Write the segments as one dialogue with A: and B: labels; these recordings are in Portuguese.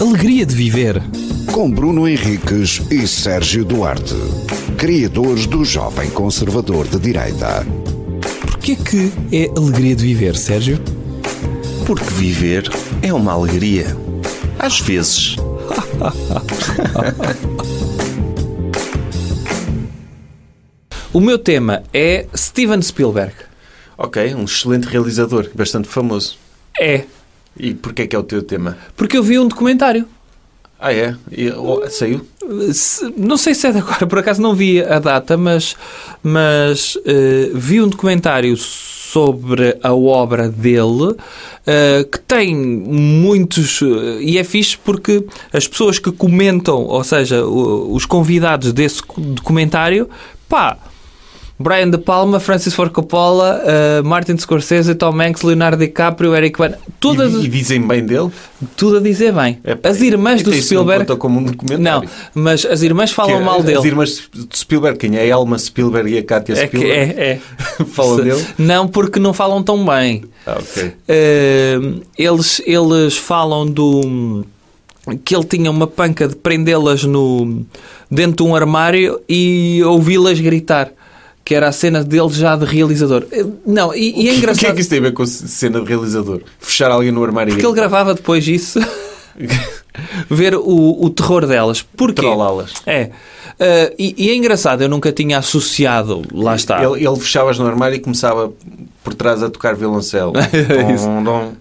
A: alegria de viver.
B: Com Bruno Henriques e Sérgio Duarte, criadores do Jovem Conservador de Direita.
A: Porquê que é alegria de viver, Sérgio?
C: Porque viver é uma alegria. Às vezes.
A: O meu tema é Steven Spielberg.
C: Ok, um excelente realizador, bastante famoso.
A: É,
C: E porquê que é o teu tema?
A: porque eu vi um documentário.
C: Ah, é? E- oh, saiu?
A: Se- Não sei se é de agora, por acaso não vi a data, mas, mas eh, vi um documentário sobre a obra dele eh, que tem muitos. eh, e é fixe porque as pessoas que comentam, ou seja, o- os convidados desse documentário, pá. Brian De Palma, Francis Ford Coppola, eh, Martin Scorsese, Tom Hanks, Leonardo DiCaprio, Eric Van... Todas,
C: E, e dizem bem dele?
A: tudo a dizer bem.
C: É,
A: As irmãás
C: então
A: do
C: isso não
A: Spielberg...
C: conta como um
A: Não,
C: documentário.
A: mas as irmãs falam
C: Que é-
A: mal
C: As
A: dele.
C: irmãs de Spielberg, quem é? A Elma Spielberg e a Kátia
A: É que
C: Spielberg?
A: é, é.
C: Falam dele?
A: Não, porque não falam tão bem.
C: Ah, ok.
A: Ahm, eles, eles falam do que ele tinha uma panca de prendê-las no dentro de um armário e ouvi-las gritar. Que era a cena dele já de realizador. Eh, Não, e, e é
C: O que é
A: engraçado
C: que isso tem a ver com cena de realizador? Fechar alguém no armário
A: porque ele gravava depois isso, ver o, o terror delas. Porquê?
C: Trollá-las.
A: É. Ah, e, e é engraçado, eu nunca tinha associado, lá está.
C: Ele, ele fechava-as no armário e começava por trás a tocar violoncelo. Dom, dom.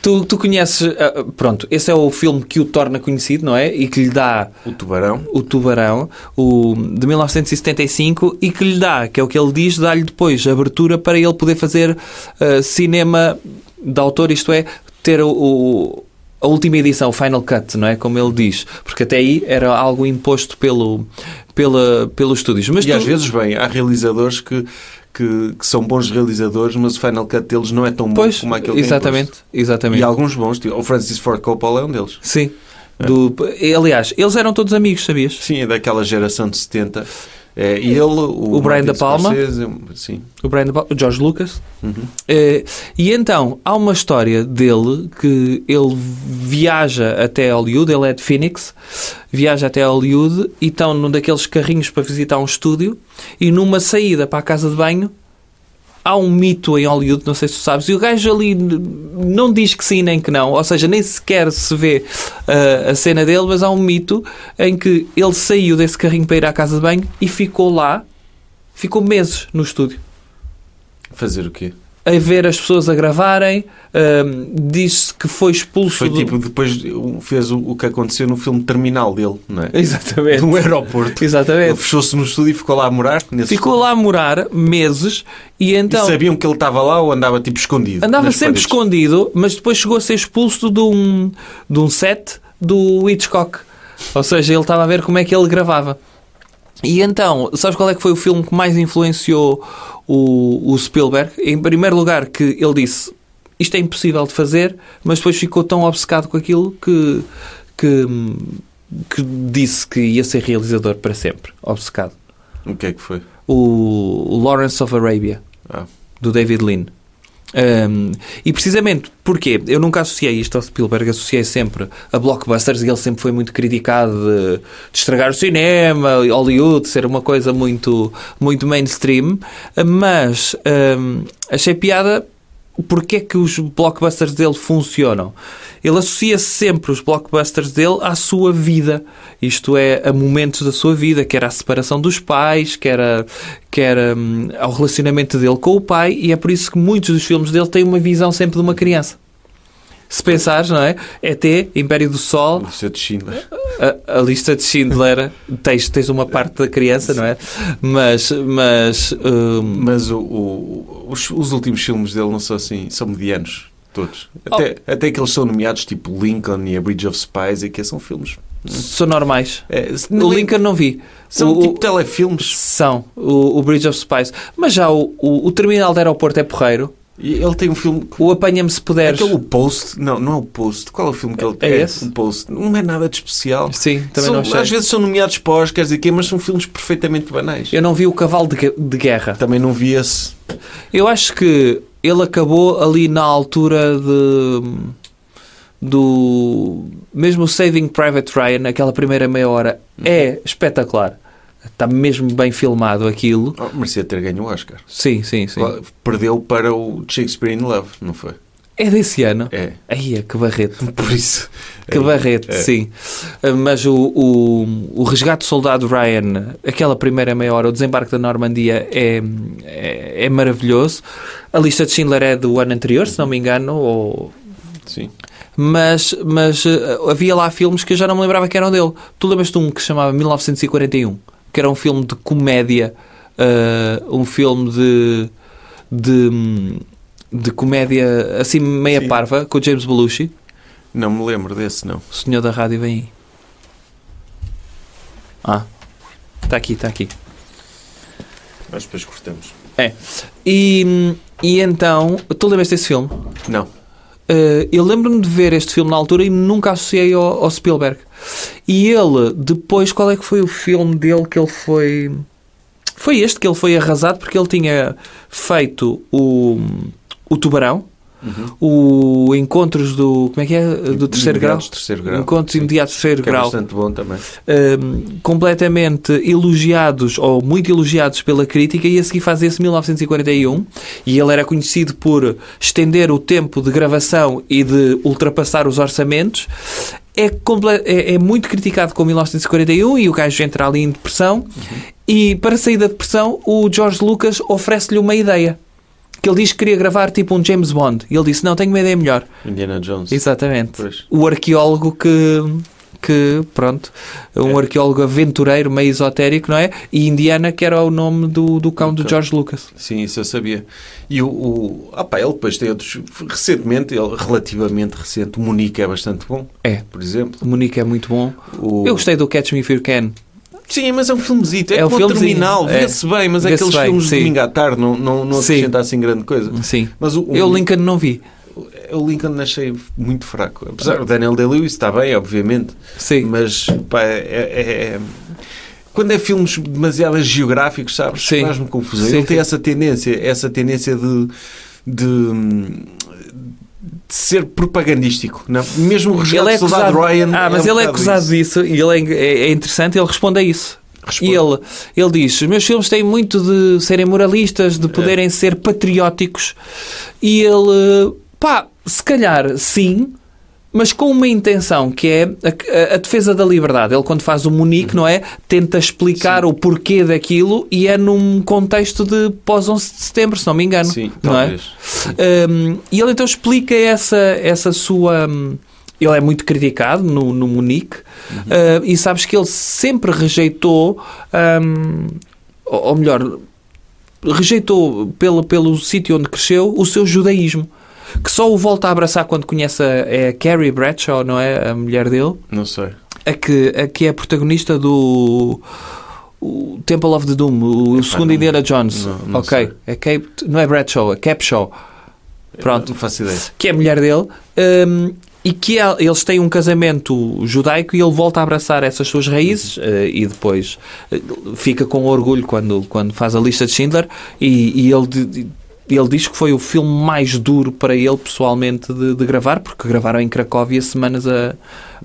A: Tu, tu conheces. ah, Pronto, esse é o filme que o torna conhecido, não é? E que lhe dá
C: O tubarão.
A: o Tubarão, o, de 1975, e que lhe dá, que é o que ele diz, dá-lhe depois abertura para ele poder fazer ah, cinema de autor, isto é, ter o. o- a última edição, o Final Cut, não é? Como ele diz. Porque até aí era algo imposto pelo, pela, pelos estúdios. Mas
C: E
A: tu-
C: às vezes, bem, há realizadores que, que, que são bons realizadores, mas o Final Cut deles não é tão bom
A: Pois,
C: como aquele que é
A: exatamente,
C: imposto.
A: exatamente.
C: E há alguns bons, tipo, o Francis Ford Coppola é um deles.
A: Sim. Do, aliás, eles eram todos amigos, sabias?
C: Sim, é daquela geração de 70. É, e ele, o,
A: O Brian
C: Martin
A: da Palma.
C: Scorsese, um, sim. Uhum.
A: O Brian De Palma, o George Lucas. Eh, e então, há uma história dele que ele viaja até Hollywood, ele é de Phoenix, viaja até Hollywood e estão num daqueles carrinhos para visitar um estúdio e numa saída para a casa de banho há um mito em Hollywood, não sei se tu sabes, e o gajo ali n- não diz que sim nem que não, ou seja, nem sequer se vê ah, a cena dele, mas há um mito em que ele saiu desse carrinho para ir à casa de banho e ficou lá, ficou meses no estúdio.
C: Fazer o quê?
A: A ver as pessoas a gravarem, ahm, disse que foi expulso.
C: Foi
A: do-
C: tipo, depois o- fez o, o que aconteceu no filme Terminal dele, não é?
A: Exatamente.
C: No aeroporto. Ele
A: Exatamente.
C: fechou-se no estúdio e ficou lá a morar. Nesse
A: É. Ficou lá a morar meses e então.
C: E sabiam que ele estava lá ou andava tipo escondido?
A: Andava
C: nas
A: sempre
C: paredes?
A: escondido, mas depois chegou a ser expulso de um, de um set do Hitchcock. Ou seja, ele estava a ver como é que ele gravava. E então, sabes qual é que foi o filme que mais influenciou o, o Spielberg? Em primeiro lugar, que ele disse isto é impossível de fazer, mas depois ficou tão obcecado com aquilo que, que, que disse que ia ser realizador para sempre. Obcecado.
C: O que é que foi?
A: O Lawrence of Arabia
C: Ah,
A: do David Lean. Um, e precisamente porque eu nunca associei isto ao Spielberg, associei sempre a blockbusters e ele sempre foi muito criticado de, de estragar o cinema, Hollywood, ser uma coisa muito, muito mainstream. Mas um, achei piada porque é que os blockbusters dele funcionam. Ele associa sempre os blockbusters dele à sua vida, isto é, a momentos da sua vida, que era a separação dos pais, que era, que era hum, ao relacionamento dele com o pai, e é por isso que muitos dos filmes dele têm uma visão sempre de uma criança. Se pensares, não é? ET, Império do Sol,
C: o seu de Schindler.
A: a, a lista de Schindler, tens, tens uma parte da criança, não é? Mas, mas hum,
C: Mas o- o- os, os últimos filmes dele não são assim, são medianos. Todos.
A: Oh.
C: Até, até que eles são nomeados tipo Lincoln e A Bridge of Spies, e que são filmes.
A: são normais.
C: É,
A: O Lincoln não vi.
C: São
A: O-
C: tipo
A: o-
C: telefilmes.
A: São o, o Bridge of Spies. Mas já o, o, o terminal de aeroporto é porreiro.
C: E ele tem um filme. que-
A: O apanha-me se puderes.
C: Aquele Post. Não, não é o Post. Qual é o filme que ele tem?
A: É esse?
C: O Post. Não é nada de especial.
A: Sim, também
C: São-
A: não achei.
C: Às vezes são nomeados para Oscars e quê, mas são filmes perfeitamente banais.
A: Eu não vi o cavalo de, Gue- de guerra.
C: Também não vi esse.
A: Eu acho que ele acabou ali na altura de do. Mesmo o Saving Private Ryan, aquela primeira meia hora, é
C: Uhum.
A: espetacular. Está mesmo bem filmado aquilo.
C: Oh, merecia ter ganho o Oscar.
A: Sim, sim, sim.
C: Perdeu para o Shakespeare in Love, não foi?
A: É desse ano.
C: É.
A: Aí, que barreto.
C: Por É isso.
A: Que barrete, sim. Ah, Mas o, o, o resgate do soldado Ryan, aquela primeira meia hora, o desembarque da Normandia é, é, é maravilhoso. A lista de Schindler é do ano anterior, se não me engano, ou...
C: Sim.
A: mas, mas ah, havia lá filmes que eu já não me lembrava que eram dele. Tu lembras-te de um que se chamava 1941, que era um filme de comédia, ah, um filme de... de de comédia assim meia
C: Sim.
A: parva com o James Belushi
C: Não me lembro desse, não.
A: o senhor da rádio vem aí. Ah. Está aqui, está aqui.
C: Mas depois cortamos.
A: É. E, e então, tu lembras desse filme?
C: Não.
A: Eh, eu lembro-me de ver este filme na altura e nunca associei ao, ao Spielberg. E ele, depois, qual é que foi o filme dele que ele foi. Foi este que ele foi arrasado porque ele tinha feito o, o Tubarão, o Encontros do. Como é que é? Uhum. Do terceiro grau?
C: Imediatos, terceiro grau.
A: Encontros
C: Sim.
A: imediatos, terceiro
C: Que é
A: grau.
C: bastante bom também.
A: hum, completamente elogiados ou muito elogiados pela crítica e a seguir faz esse 1941 e ele era conhecido por estender o tempo de gravação e de ultrapassar os orçamentos é, comple- é, é muito criticado com 1941 e o gajo entra ali em depressão e para sair da depressão o George Lucas oferece-lhe uma ideia que ele diz que queria gravar tipo um James Bond e ele disse não, tenho uma ideia melhor
C: Indiana Jones.
A: Exatamente.
C: Pois.
A: O arqueólogo que, que pronto, um arqueólogo aventureiro, meio esotérico, não é? E Indiana, que era o nome do, do cão do
C: cão.
A: George Lucas.
C: Sim, isso eu sabia. E o, o... Ah pá, ele depois tem outros... Recentemente, ele, relativamente recente, o Munique é bastante bom,
A: É.
C: por exemplo.
A: O Munique é muito bom.
C: O...
A: Eu gostei do Catch Me If You Can.
C: Sim, mas é um filmezito. É,
A: É um
C: como um
A: filmezinho.
C: terminal.
A: É.
C: Vê-se bem, mas
A: Vê-se
C: aqueles
A: bem,
C: filmes
A: sim.
C: de domingo à tarde não, não, não
A: Sim.
C: acrescenta assim grande coisa.
A: Sim.
C: Mas o, o,
A: Eu Lincoln não vi.
C: o Lincoln achei muito fraco. Apesar do Daniel Day-Lewis está bem, obviamente.
A: Sim.
C: Mas, pá, é... é- é- Quando é filmes demasiado geográficos, sabes?
A: Sim.
C: Faz-me confusão.
A: Sim,
C: Ele tem
A: sim.
C: essa tendência, essa tendência de... de hum, de ser propagandístico, não? mesmo o resgate
A: Ele é
C: do soldado
A: acusado,
C: Ryan
A: ah, mas
C: um
A: ele é
C: bocado
A: acusado
C: isso.
A: disso e ele é, é interessante, ele responde a isso.
C: Responde.
A: E ele, ele diz: Os meus filmes têm muito de serem moralistas,
C: É.
A: de poderem ser patrióticos. E ele, pá, se calhar sim, mas com uma intenção que é a, a- a defesa da liberdade. Ele, quando faz o Munique,
C: Uhum.
A: não é? Tenta explicar o porquê daquilo e é num contexto de pós-11 de setembro, se não me engano.
C: Sim,
A: não é?
C: talvez. Sim.
A: Um, e ele então explica essa, essa sua. hum, ele é muito criticado no, no Munique uh, e sabes que ele sempre rejeitou, hum, ou ou melhor, rejeitou pelo, pelo sítio onde cresceu o seu judaísmo. Que só o volta a abraçar quando conhece a, é a Carrie Bradshaw, não é? A mulher dele,
C: Não sei.
A: a que, a que é a protagonista do o Temple of the Doom, o, segundo
C: não-
A: Indiana Jones.
C: não- não
A: ok,
C: sei.
A: é Cape, não é Bradshaw, é Capshaw Pronto.
C: Não faço ideia.
A: que é a mulher dele, hum, e que el- eles têm um casamento judaico e ele volta a abraçar essas suas raízes eh, e depois eh, fica com orgulho quando, quando faz a lista de Schindler e, e ele... de- de- ele diz que foi o filme mais duro para ele pessoalmente de, de gravar, porque gravaram em Cracóvia semanas a-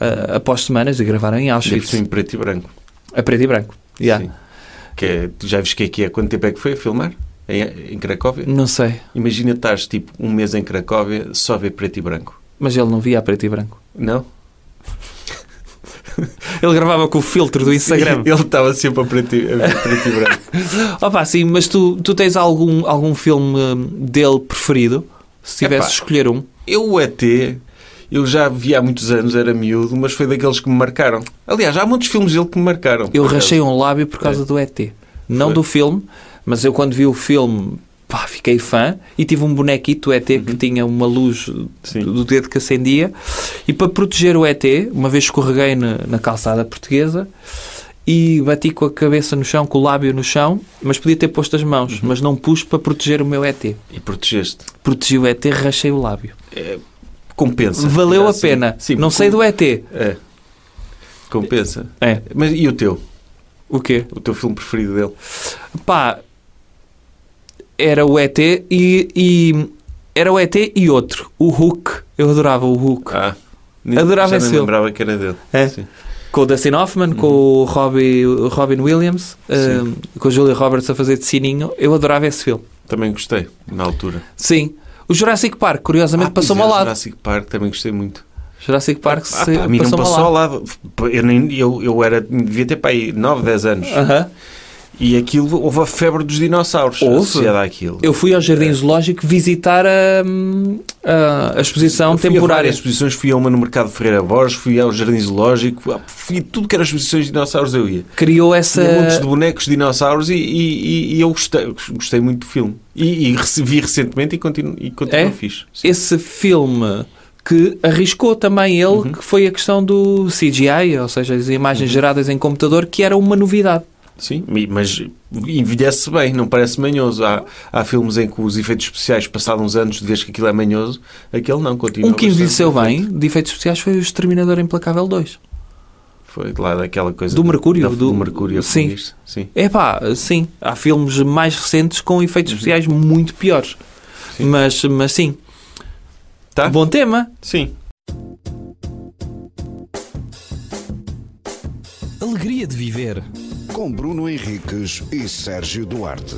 A: a- após semanas e gravaram em
C: Deve ser
A: Auschwitz,
C: em preto e branco.
A: a preto e branco. Yeah.
C: Sim. Que é- tu já viste que aqui é quanto tempo é que foi a filmar? Em, em Cracóvia?
A: Não sei,
C: Imagina estás tipo um mês em Cracóvia só a ver preto e branco.
A: mas ele não via a preto e branco.
C: Não?
A: Ele gravava com o filtro do Instagram.
C: Ele estava sempre a preto, e- a ver preto e branco.
A: Opa, Ah, sim, mas tu, tu tens algum, algum filme hum, dele preferido? Se tivesse
C: Epá.
A: de escolher um.
C: Eu o ET, eu já vi há muitos anos, era miúdo, mas foi daqueles que me marcaram. Aliás, há muitos filmes dele que me marcaram.
A: Eu
C: por acaso.
A: rachei um lábio por causa do ET. Não
C: É. Foi.
A: do filme, mas eu quando vi o filme, pá, fiquei fã e tive um bonequito ET que tinha uma luz
C: Uhum. Sim.
A: do dedo que acendia. E para proteger o ET, uma vez escorreguei na, na calçada portuguesa e bati com a cabeça no chão, com o lábio no chão, mas podia ter posto as mãos,
C: Uhum.
A: mas não pus para proteger o meu ET.
C: E protegeste.
A: Protegi o ET, rachei o lábio.
C: Compensa.
A: Valeu
C: Era
A: a
C: assim.
A: pena.
C: Sim,
A: não
C: porque-
A: sei do ET.
C: É. Compensa.
A: É.
C: Mas e o teu?
A: O quê?
C: O teu filme preferido dele?
A: Pá, era o ET e, e- Era o ET e outro. O Hulk. Eu adorava o Hulk.
C: Ah, Nem-
A: Adorava
C: já
A: esse
C: nem
A: filme.
C: lembrava que era dele.
A: É.
C: Sim. Uhum.
A: Com o Dustin Hoffman, com o Robbie, o Robin Williams,
C: Sim.
A: eh, com a Julia Roberts a fazer de sininho. Eu adorava esse filme.
C: Também gostei, na altura.
A: Sim. O Jurassic Park, curiosamente,
C: Ah, pois
A: passou-me
C: é,
A: ao lado.
C: Jurassic Park também gostei muito.
A: Jurassic Park
C: Ah,
A: se-
C: pá, a mim não
A: passou-me ao
C: passou ao
A: lado.
C: lado. Eu, nem- eu, eu era, devia ter para aí 9, 10 anos.
A: Aham.
C: E aquilo, houve a febre dos dinossauros
A: Houve.
C: associada àquilo.
A: Eu fui ao Jardim
C: É.
A: Zoológico visitar a, hum, a- a exposição
C: Eu fui a
A: temporária.
C: várias exposições, fui a uma no Mercado Ferreira Borges, fui ao Jardim Zoológico, ah, fui a tudo que era exposições de dinossauros eu ia.
A: Criou essa.
C: Tinha montes de bonecos de dinossauros e, e- e- e eu gostei, gostei muito do filme. E, e rece- vi recentemente e continuo, e continuo
A: É?
C: fixe. Sim.
A: esse filme que arriscou também ele,
C: Uhum.
A: que foi a questão do CGI, ou seja, as imagens geradas em computador, que era uma novidade.
C: Sim, mi- mas envelhece bem, não parece manhoso. Há, há filmes em que os efeitos especiais, passados uns anos, de vez que aquilo é manhoso, aquele não, continua.
A: um que
C: bastante
A: envelheceu
C: perfeito.
A: bem, de efeitos especiais, foi o Exterminador Implacável 2.
C: Foi de lá daquela coisa
A: Do Mercúrio,
C: da-
A: do-
C: do Mercúrio, como
A: sim.
C: diz-se. sim.
A: É pá, sim, há filmes mais recentes com efeitos especiais muito piores.
C: Uhum. Sim.
A: Mas, mas sim.
C: Tá?
A: Bom tema.
C: Sim.
D: Alegria de viver.
B: Com Bruno Henriques e Sérgio Duarte,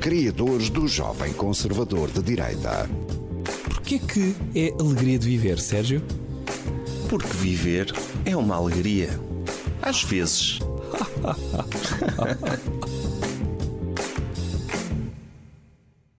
B: criadores do Jovem Conservador de Direita.
D: Porquê que é alegria de viver, Sérgio?
E: Porque viver é uma alegria. Às vezes.